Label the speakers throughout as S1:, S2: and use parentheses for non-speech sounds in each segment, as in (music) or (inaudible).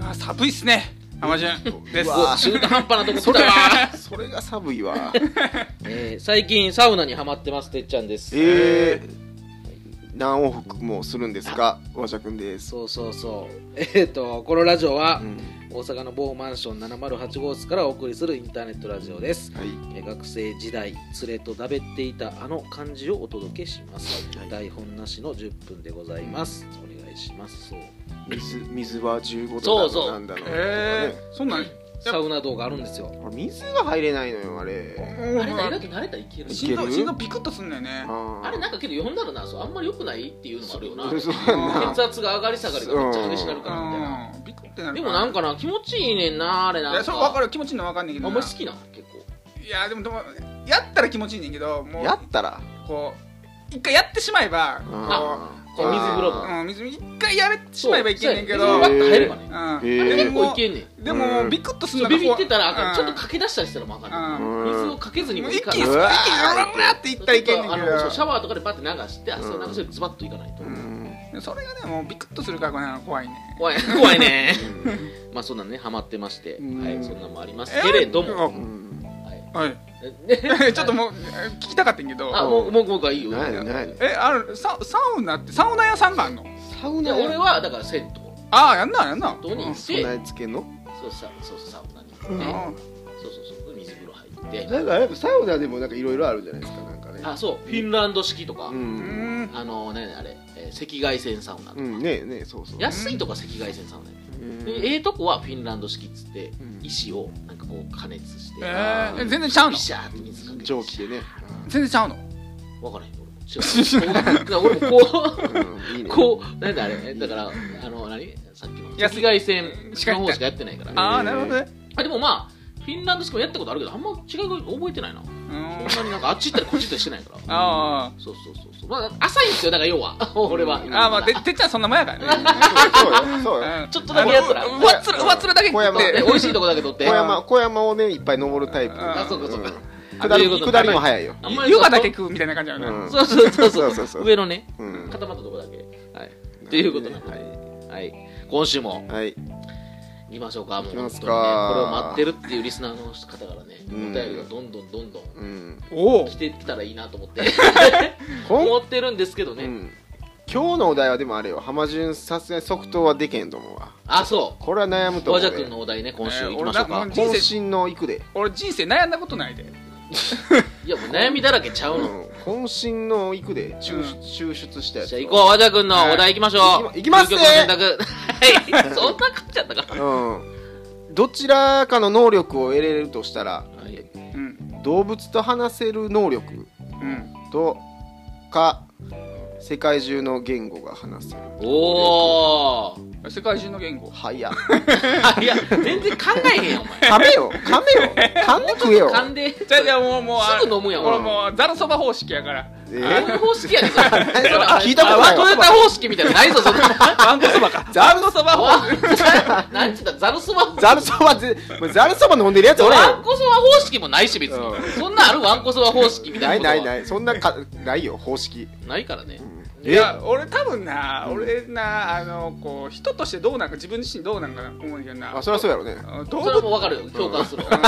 S1: あ寒いっすね浜潤です
S2: う
S1: は
S2: わ
S3: 中途半端なとこ来
S2: そ
S3: た
S2: れ
S3: わ、 (laughs)
S2: はそれが寒い (laughs) わ
S3: えー最近サウナにハマってますてっちゃんです
S2: えー、何往復もするんですか和く君です、
S3: そうそうそうえっ、とこのラジオは
S2: うん
S3: 大阪の某マンション708号室からお送りするインターネットラジオです
S2: はい
S3: えー学生時代連れとだべっていたあの感じをお届けします、
S2: はい
S3: 台本なしの10分でございますお願いしますそう
S2: 水水は15度
S3: そう
S2: だ
S3: そ
S2: の
S3: う
S2: なんだのとかね、
S1: えー、そんなん
S3: サウナ動画あるんですよ
S2: これ水が入れないのよあれ
S3: あれ慣れた慣れたらいけるし
S1: 心
S2: いけ
S1: 臓
S2: る
S1: 心臓ピクッとすんだよね
S2: あー
S3: あれなんかけど読んだらなそうあんまり良くないっていうのもあるよな
S2: そうやんな
S3: 血圧が上がり下がりがめっちゃ激しくなるからみたいな
S1: うんピクッてなる
S3: でもなんかな気持ちいいねんなあれな
S1: い
S3: んか
S1: やそれ分かる気持ちいいの分かんないけ
S3: あ
S1: ど
S3: ん
S1: な
S3: まり好きなん結構
S1: いやでもでもやったら気持ちいいねんけどもう
S2: やったら
S1: こう一回やってしまえば
S2: あ
S3: こう水風呂
S1: こ
S3: も
S1: う、うん、水一回やめてしまえばいけんねんけ
S3: そう
S1: ど
S3: や
S1: う
S3: 水風呂バッと入ればね
S1: ん
S2: へ
S3: あれ
S2: え
S3: 結構いけんねん
S1: でもビクッとする
S3: ちょっと
S1: の
S3: ビビってたらあかんち
S1: こ
S3: ょ
S1: う
S3: っと駆け出したりしたらもあかん
S1: うん
S2: うん
S3: 水をかけずに
S1: も
S3: も
S1: う
S3: いい
S1: 一
S3: か
S1: 気にスピーッ
S2: うわ
S3: ら
S1: てなっていったらいけんねん
S3: あ
S1: け
S3: のそう
S1: ど
S3: シャワーとかでバッて流して汗を流してズバッといかないと
S2: うん
S1: それがねもうビクッとするからこれ怖いね
S3: 怖い (laughs) 怖いねまあそんなねハマってまして
S2: うん
S3: はいそんなのもありますけれども
S1: え
S2: うん
S3: は
S1: は
S3: い
S1: い
S3: ね
S1: ちょっともうえ聞きたかったんけど
S3: あもうもう僕はいいよ
S2: ないない
S1: えあるササウナってサウナ屋さんがあんの
S2: サウ
S3: い
S2: ナ
S3: や俺
S2: は
S3: はだから銭
S1: ああやんなやんな
S3: 湯に行っ
S2: 備え
S3: て
S2: 付けの
S3: そうさそうサウナに行
S1: う
S3: っ
S1: んあ
S3: てそうそうそう水風呂入って
S2: なんかやっぱサウナでもなんかいろいろあるじゃないですかなんかね
S3: あそうフィンランド式とか、
S2: う
S1: うんん
S3: あのねあれ、えー赤外線サウナと
S2: う
S3: か、
S2: んねえねえそうそう
S3: 安いとこは赤外線サウナやね、
S2: うん
S3: でええとこはフィンランド式っつって、
S2: うん
S3: 石をなんかこう加熱して、
S1: え
S2: あ
S1: ー
S2: ー
S1: え全然ちゃう
S3: ビ
S1: の
S3: シャーって水かけて
S2: 蒸気でね
S1: 全然ちゃうの
S3: 分からへん俺も知らな
S2: (laughs)
S3: いだから俺も (laughs) こう
S2: うんいいね
S3: こうなんだあれだからあの何さっきの
S1: 安い
S3: 赤外線の方しかやってないから、
S1: ああなるほどね
S3: あでもまあフィンランド式もやったことあるけどあんま違いが覚えてないな
S1: う
S3: そ
S1: ん
S3: んなになんかあっち行ったりこっち行ったりしてないから
S1: あ
S3: そうそうそうそう。まあ、浅いんですよ、だから要は。 (laughs) 俺は。
S1: ーあーまあててっちゃんそんなもんやから
S3: (laughs)
S1: ね
S2: そうよそうよ
S1: うん
S3: ちょっとだけやつら
S1: うわっつらうわっつらだけ食っ
S2: 小山
S3: で
S1: て
S3: 美味しいとこだけ取って。
S2: 小山小山をねいっぱい登るタイプ
S1: あ
S3: あ、そうかそうか。
S2: 下り
S3: ということで
S2: 下りも早いよ
S3: あんまり
S1: ヨガだけ食うみたいな感じや
S2: う
S1: な、
S2: ん
S3: そうそうそうそ
S2: そ
S3: う
S2: うそうそう
S3: 上のね、
S2: うん
S3: 固まったとこだけ。はい。っていうことなので、はい。今週も
S2: はい
S3: 行きましょうか、もう。
S2: 行きますか
S3: 本当にねこれを待ってるっていうリスナーの方からね、お
S2: うん
S3: 便りがどんどんどんどん
S2: うん
S1: おお
S3: 来てきたらいいなと思って、
S2: ほん
S3: 思ってるんですけど
S2: う
S3: ね。
S2: ん今日のお題はでもあれよ浜潤さすがに即答はでけんと思うわ
S3: あ、そ
S2: これは悩む
S3: う。
S2: と
S3: 和
S2: 思う
S3: ジ
S2: で
S3: 君のお題ね、今週行きましょう
S1: えー俺な
S3: か
S1: ん。か人生
S2: 渾身のいくで
S1: 俺人生悩んだことないで
S3: いや、もう悩みだらけちゃう
S2: う
S3: の。
S2: ん渾身のいくで抽
S1: う
S2: 出抽出したやつ
S3: じゃあ行こう、和田君のお題行きましょう。
S2: はい行きま行きますね (laughs)
S3: 究極の選択。はい、そんな感じだったか。
S2: うんどちらかの能力を得れるとしたら
S3: はい、
S1: うん
S2: 動物と話せる能力
S1: うん
S2: とか世界中の言語が話せる
S3: おお。
S1: 世界中の言語
S2: は
S3: (laughs)
S2: や
S3: あいや、全然考えへんよ、お前。
S2: 噛めよ噛めよ噛んで食えよ
S3: 噛んで。す
S1: じゃあじゃあもうもうあ
S3: ぐ飲むやん、
S1: 俺
S3: 俺。
S1: もうざるそば方式やから
S2: え
S3: どういう方式やねん、それ。
S2: 聞いたことないわ
S3: あトヨタ方式みたいなのないぞ、そんな。 (laughs)
S1: わんこそばかざるの
S2: (laughs)
S1: そば方式
S3: わなんつった、ザルそば。
S2: ざるそばぜもうざるそば飲んでるやつおらん
S3: わん
S2: よ
S3: こそば方式もないし、別
S2: う
S3: に。そんなんあるわんこそば方式みた
S2: ないい
S3: なことは。
S2: ないないそんなかないよ方式
S3: ないからね。
S1: いや俺多分な俺なあのこう人としてどうなんか自分自身どうなんかな思うけどな
S2: あそりゃそうやろね
S1: あ動
S3: それは
S1: 物
S3: もうわかるよ、共感
S2: (laughs)
S3: するわ。うん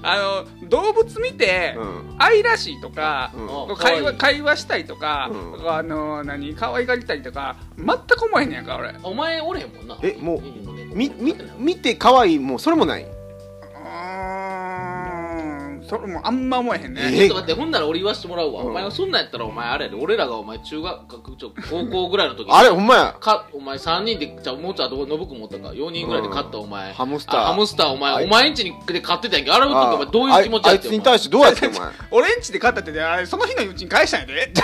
S1: あの動物見て、
S2: うん
S1: 愛らしいとか、
S2: うん
S3: あ可愛
S1: 会
S3: い
S1: 話会話したいとか、
S2: う
S1: あの何可愛がりたいとか全く思えへんやんか俺
S3: お前おれへんもんな。
S2: えもう
S3: 家にね
S2: みみ見て可愛いもうそれもない
S1: うんそれもあんま思えへん
S3: ちょ
S1: ね
S3: っと待って、ほんなら俺言わしてもらうわ。
S2: うん
S3: お前がそんなんやったら、お前あれやで、俺らがお前中学、ちょ高校ぐらいの時に
S2: あれほんまや
S3: かお前3人で、じゃあもうちょっとノブ君持ったか、4人ぐらいで勝ったお前。
S2: うんハムスター
S3: あハムスター、お
S2: は
S3: 前、
S2: い
S3: お前んちにで買ってたやんけ。あれの時お前どう
S2: あ
S3: いう気持ち
S2: あ
S3: や
S2: い
S3: っ
S2: つ
S3: て
S2: に対してどうやってお前
S1: 俺んちで勝ったってねあれその日のうちに返したんやで
S3: (laughs) て。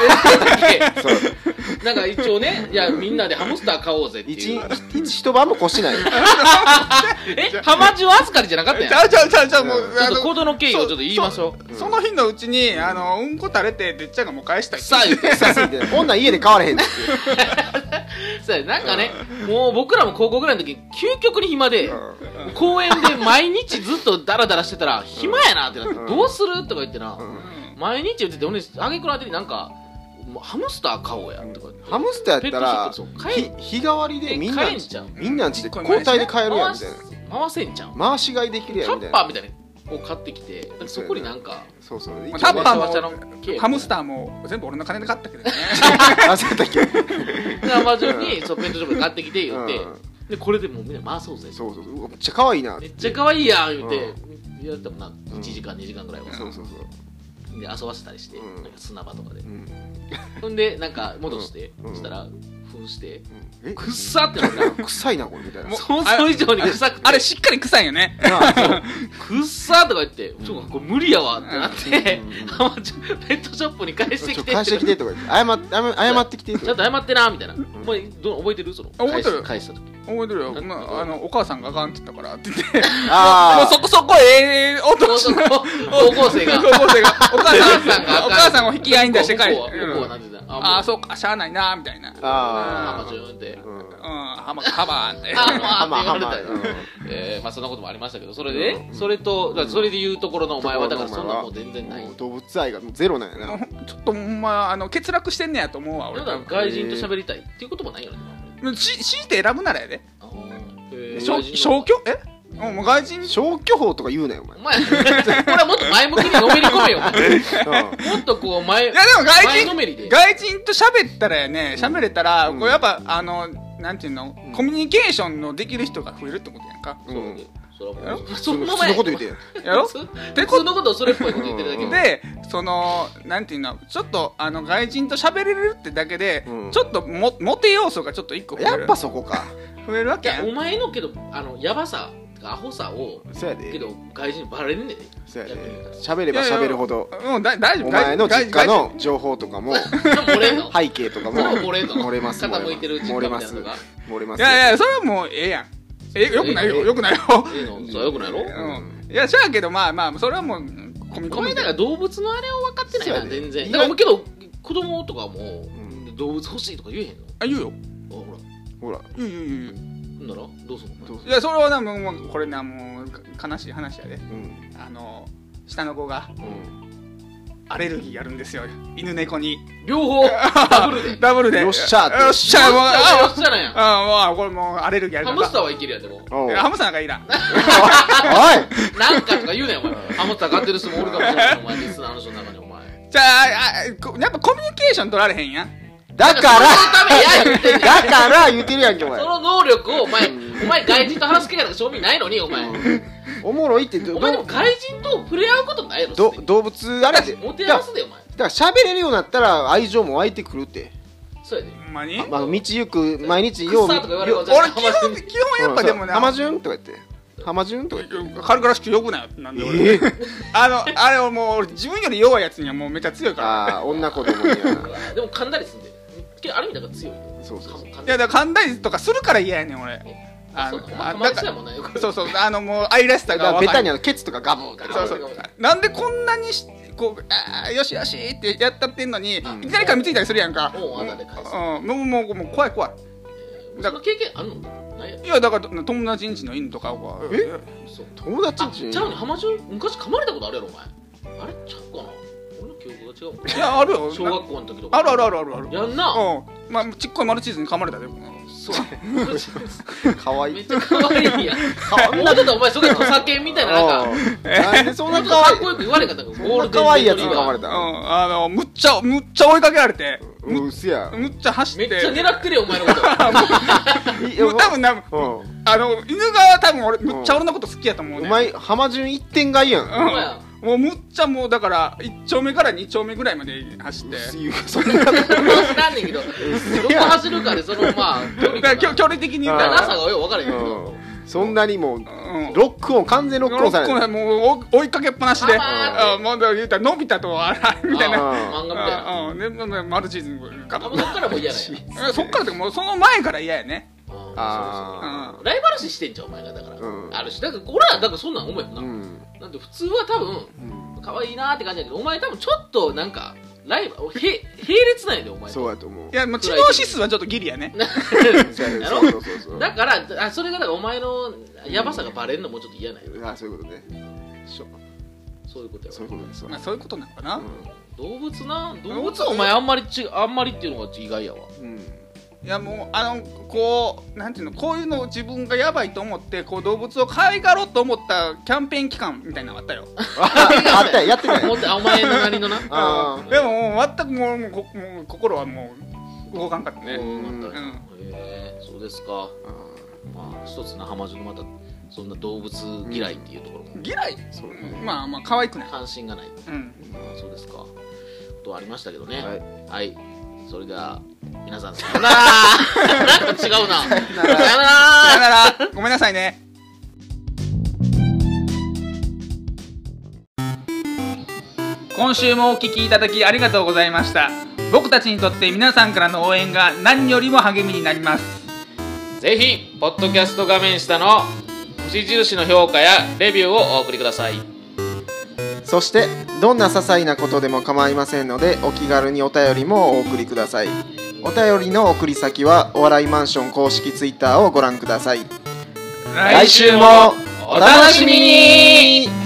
S2: そう
S3: なんか一応ね、いや、みんなでハムスター買おうぜってい
S2: 一
S3: う。
S2: 一一晩も越しない (laughs)
S3: え、ハマチは預かりじゃなかったやん。
S1: (laughs) ち
S3: ちょ
S1: ゃうちゃうちゃうちゃうもう
S3: っと
S1: あの
S3: 行動の経緯をちょっと言いましょう。
S1: そその日のうちにあのうんこ垂れてでっちゃんがもう返したいって
S3: さあ言って。
S2: さすぎて女家で変われへんって
S3: そうやなんかね、もう僕らも高校ぐらいの時究極に暇で、
S2: う
S3: 公園で毎日ずっとダラダラしてたら暇やなってなって、
S2: うん
S3: どうするとか言ってな、
S2: ん
S3: 毎日言ってて俺あげくのあてになんかもうハムスター買おうやとか
S2: ハムスターやったら
S3: ペットショップそう買え
S2: ひ日替わりで
S3: え
S2: みんな
S3: 買えん
S2: んち
S3: じゃん
S2: みんなんちで
S1: うん
S2: 交代で買えるやん
S3: 回
S2: みたい
S3: す
S2: な
S3: 回せんじゃん
S2: 回し買いできるや
S3: タ
S2: んみた
S3: ッ
S2: い
S3: パ
S2: な
S3: ーみたいなのを買ってきてなんかそこになんか
S2: そうそう
S1: まあ
S3: タ
S1: タ
S3: ッ
S1: ッ
S3: パ
S1: パ
S3: ー
S1: ー
S3: も
S1: もハムス
S3: タ
S1: ターも全部俺の金で買ったけど (laughs) ね
S2: (laughs) 焦ったっけ
S3: ーハンバージョンにそうペットショップで買ってきて言って、
S2: うん
S3: でこれでもうみんな回そうぜ
S2: そうそううわめっちゃ可愛いな
S3: めっちゃ可愛いやん言って、
S2: う
S3: やったもんな1時間2時間ぐらいは、
S2: そうそうそう
S3: で遊ばせたりして、
S2: うん
S3: なんか砂場とかで、
S2: うん
S3: ほんでなんか戻して、
S2: うん
S3: そしたら噴して
S2: うんえ
S3: くっさってなった
S2: 臭いなこれみたいな
S1: もう
S3: 想像以上に臭くて
S1: あれしっかり臭いよ (laughs) ね
S3: くっさーとか言って、ちょこれ無理やわってなって
S2: うんうんうん、
S3: 浜ちゃんペットショップに返 (laughs) して
S2: ちょ
S3: き、
S2: ってと返してきてとか言って謝って謝謝ってきてと
S3: ちゃ
S2: か
S3: んと謝ってな、みたいな。お前、どう覚えてるその、
S1: 覚えてる
S3: 返した
S1: (laughs)
S3: 返した時。
S1: 覚えてるよ、まあ、あのお母さんがあかんって言ったからって言ってもう
S2: あ
S1: (laughs) そこそこええ音
S3: 高
S1: しの
S3: 校高校生が、
S1: 高校生がお母さん
S3: があかん
S1: お母さんを引き合いに出して帰る
S3: 向こうは向こうはなんて言った
S1: ああ
S3: う。
S1: そうかしゃあないなみたいなうん
S2: ああ
S3: 浜ちゃんって
S2: あ。うん
S1: ハ (laughs) マハマーって
S3: あー、まあ、
S2: 浜
S3: って言われたよ
S2: 浜うん。
S3: えーまあ、そんなこともありましたけど、それでね
S2: う、ん
S3: それと、だからそれで言うところのお前は、だからそんなもう全然ない
S2: も。う動物愛がもうゼロなんやな
S1: ちょっとほんまあの欠落してんねやと思うわ俺
S3: だから外人と喋りたいっていうこともないよね。
S1: し強いて選ぶならやで
S3: あーえー
S1: 消消去えうんもう外人
S2: 消去法とか言うなよお前
S3: お前、 (laughs) これはもっと前向きにのめり込めよ、お前
S2: うん
S3: もっとこう前、
S1: いやでも外
S3: 前の
S1: 人
S3: めりで。
S1: 外人と喋ったらやね喋れたら、
S2: うん
S1: これやっぱあのなんていうの、
S2: うん
S1: コミュニケーションのできる人が増えるってことやん
S2: (laughs)
S1: か、
S3: そう
S2: うん
S3: それ
S1: や
S3: は
S1: ろ
S3: もう、
S2: そ
S3: そ
S2: ん
S3: の
S2: な
S3: 前
S2: こと言うてん
S1: やろ
S3: 普通
S1: て
S3: 普
S1: こ
S3: 通のことをそれっぽいこと言ってるだけ
S2: うん
S3: で、
S1: でそのなんていうのちょっとあの外人と喋れるってだけで、
S2: うん
S1: ちょっともモテ要素がちょっと一個増え
S2: や
S1: る
S2: っぱそこか
S1: 増えるわ
S3: い
S1: けや
S3: や、お
S1: ん
S3: 前のけど、あの、やばさ、アホさを、
S2: そうや
S3: け
S2: で
S3: ど、外人にバレんねんで。
S2: そうや
S3: 逆に
S2: で喋れば喋るほど
S1: うんだ大丈夫
S2: お前の
S1: 外
S2: 実
S1: 人
S2: 家
S1: 外人
S2: の情報とかも
S3: それも漏れんの。
S2: 背景とかも
S3: それも漏れんの。
S2: 漏れます
S3: 傾いてる時間
S2: 漏
S3: みた
S2: れ
S3: い
S2: ま
S3: な
S2: す
S3: のが。
S2: 漏れま
S1: い
S2: す
S1: やいやそれはもうええやんえよくない
S3: ええ
S1: よよくない
S2: (laughs)
S1: よ、
S3: いいのそう、よくないろ
S1: うん、いやしゃあけどまあまあそれはもうコミ
S3: お
S1: コ
S3: 前
S1: ミ
S3: だから動物のあれを分かってない
S2: そ
S3: な、
S2: うやで
S3: 全然。
S2: 意
S3: だから、
S2: 外
S3: けど、子供とかも
S2: ん、
S3: 動物欲しいとか言えへんの
S1: あ言うよ
S3: あほ
S2: ほ
S3: ら。
S2: ら
S1: 言う言う言う言う
S3: ほんならどうすんのお前
S2: どうす
S1: いやそれはなもうもうこれなもうか悲しい話やで
S2: うん
S1: あの下の子が
S2: うん
S1: アレルギーやるんですよ犬猫に
S3: 両
S1: (laughs)
S3: 方、ダブルで。
S1: ダブルで
S2: よっしゃーって
S1: よっしゃーもう
S3: よ
S1: あ
S3: っしゃらやん。
S1: あもうこれもうアレルギーある
S3: ハ
S1: から
S3: ムスターはいけるやんでも。
S2: おうお
S1: い
S2: い
S1: やハムスターがいらん
S3: なんかとか言うなよ、お前。ハムスター買ってる人もおるかもしれない、お前。リスナーの人の中に、お前。
S1: じゃあああこやっぱコミュニケーション取られへんやん
S2: だか
S3: そのためにや言ってん
S2: ら
S3: ねん
S2: だから言ってるやんけお前
S3: その能力を、お前、お前外人と話す気なんか興味ないのに、お前。
S2: おもろいってど
S3: お前でも外人と触れ合うことないやろ、
S2: ど
S3: して
S2: 動物あれで
S3: もて
S2: だ
S3: な
S2: か
S3: すで、お前。
S2: らだから喋れるようになったら愛情も湧いてくるって
S3: そうやで。
S1: ほんまに
S2: まあ道行く毎日
S3: くっ
S2: よう
S3: さーとか言われるわ
S2: よ
S3: けじゃな
S1: 俺基
S3: い
S1: 本基本やっぱでも
S2: うん
S1: ね
S2: 浜潤とか言って浜潤とか言って
S1: 軽々しくよくないよなんで俺、
S2: えー
S1: あのあれをもう俺自分より弱いやつにはもうめっちゃ強いか
S2: ああ女子供には
S3: でも噛んだりすんで。けどある意味だから強いよ。
S2: そうそうそう
S3: 噛
S1: ら
S3: ん
S1: いや
S3: だり
S1: だから寛大とかするから嫌やねん俺あ
S3: そう
S1: の
S3: だ、お
S1: あ
S3: 前、
S1: だ
S3: マ
S1: か
S3: ジだ
S1: ら
S3: もんな、よく。
S1: そうそうあのもう愛らしさ
S2: だ
S1: が
S2: から
S1: 分
S2: ベ
S1: か
S2: タ
S1: る
S2: にあのケツとかガブって
S1: そうそう
S3: あ
S1: なんでこんなにしこうあーよしよしってやったってんのに、
S3: うん
S1: いきなり噛みついたりするやんか
S3: もうあんたで返す
S1: うん、もうもうもう怖い怖い
S3: その経験あるのないやろ
S1: いやだから友達んちの犬とかは
S2: え
S3: そう。
S2: 友達
S3: あ
S2: んち
S3: ちゃうね浜中昔噛まれたことあるやろお前あれちゃうかな俺の記憶が違うもん
S1: いやあるよ
S3: 小学校の時とか
S1: あるあるあるあるある
S3: やんな
S1: うんまあちっこいマルチーズに噛まれたで
S3: そう
S2: かわい
S3: めっ
S2: い
S3: ちゃ可愛いやんもうちょっとお前そこで土佐犬みたいななん
S2: お
S3: か
S2: うなんでそん
S3: もう
S2: な
S3: ちょっとか
S2: か
S3: っこよく言われんかったの
S2: そん
S3: ゴー
S2: な
S3: ルデン
S2: 可愛いやつに
S3: レトリバ
S2: 噛まれ
S3: ー
S1: う
S2: たの
S1: んあのむっちゃむっちゃ追いかけられて
S2: うんうっせや
S1: むっちゃ走
S3: め
S1: っ
S3: ってちゃ狙ってるよお前のこと
S2: いや
S1: もう多分な
S2: うん
S1: あの犬が多分俺むっちゃ俺のこと好きやと思う
S2: お
S1: ね
S2: 前浜潤一点買いやん
S3: お前や
S1: もうむっちゃもうだから1丁目から2丁目ぐらいまで走って
S2: そんな
S3: 知らんねんけどどこ走るかでそのまあ距
S1: だ
S3: 離
S1: から
S3: が
S1: きょ距離的に言うた
S3: 長
S1: ら
S3: さがよう分からへんけ
S2: う
S3: ど
S2: んそんなにもう
S1: うん
S2: ロックオン完全ロックオンされ
S1: ロ
S2: て
S1: ックオンもう追いかけっぱなしで
S3: あまあ
S1: あもうだから言うたらのび太とあらみたいな
S3: あー漫画みたいな
S1: ああねまあマルチーズにガ
S3: あ
S1: ブ
S3: もうそっからもう嫌だよ
S1: えそっからでもうその前から嫌やね
S3: あーそう
S1: あ
S3: そうライバル視してんじゃんお前がだから
S2: うん
S3: あるしだから俺らだからそんなん思うよな
S2: うん
S3: なんて普通は多分
S2: うん
S3: 可愛いなーって感じだけどお前多分ちょっとなんかライバルへ並列なんやでお前 (laughs)
S2: そうやと思う
S1: いやもう知能指数はちょっとギリやね
S2: そうや
S3: ろ
S2: そうそうそうそう
S3: だからあそれがだからお前のヤバさがバレるのもちょっと嫌なんや
S2: あそういうことねしょ
S3: そういうことやわ
S2: そういうことですわ
S1: まあ、そういうことなのかな、
S3: 動物な動
S1: 動
S3: 物
S1: 物
S3: お前あんまりちあんまりっていうのが意外やわ
S2: うんうん
S1: いやもうあのこうなんていうのこういうのを自分がやばいと思ってこう動物を可愛がろうと思ったキャンペーン期間みたいなのがあったよ
S2: ああったよやってない
S3: 思ってあお前のなりのな
S2: (laughs) あ
S1: でももう全くもうもうこもう心はもう動かんかった
S3: う
S1: ね
S3: んまた
S1: うん
S3: へえそうですか
S2: あ
S3: まあ一つの浜城のまたそんな動物嫌いっていうところも
S1: 嫌い
S2: そうね
S1: うんまあまあ可愛くない、
S3: 関心がない
S1: うん、
S3: そうですかことはありましたけどね
S2: はい
S3: はい、それでは皆 (laughs) さんさよならなんか違うなさよなら
S1: だからごめんなさいね今週もお聞きいただきありがとうございました僕たちにとって皆さんからの応援が何よりも励みになります
S3: ぜひポッドキャスト画面下の星印の評価やレビューをお送りください
S2: そしてどんな些細なことでも構いませんのでお気軽にお便りもお送りくださいお便りの送り先はお笑いマンション公式ツイッターをご覧ください
S1: 来
S2: 来週もお楽しみに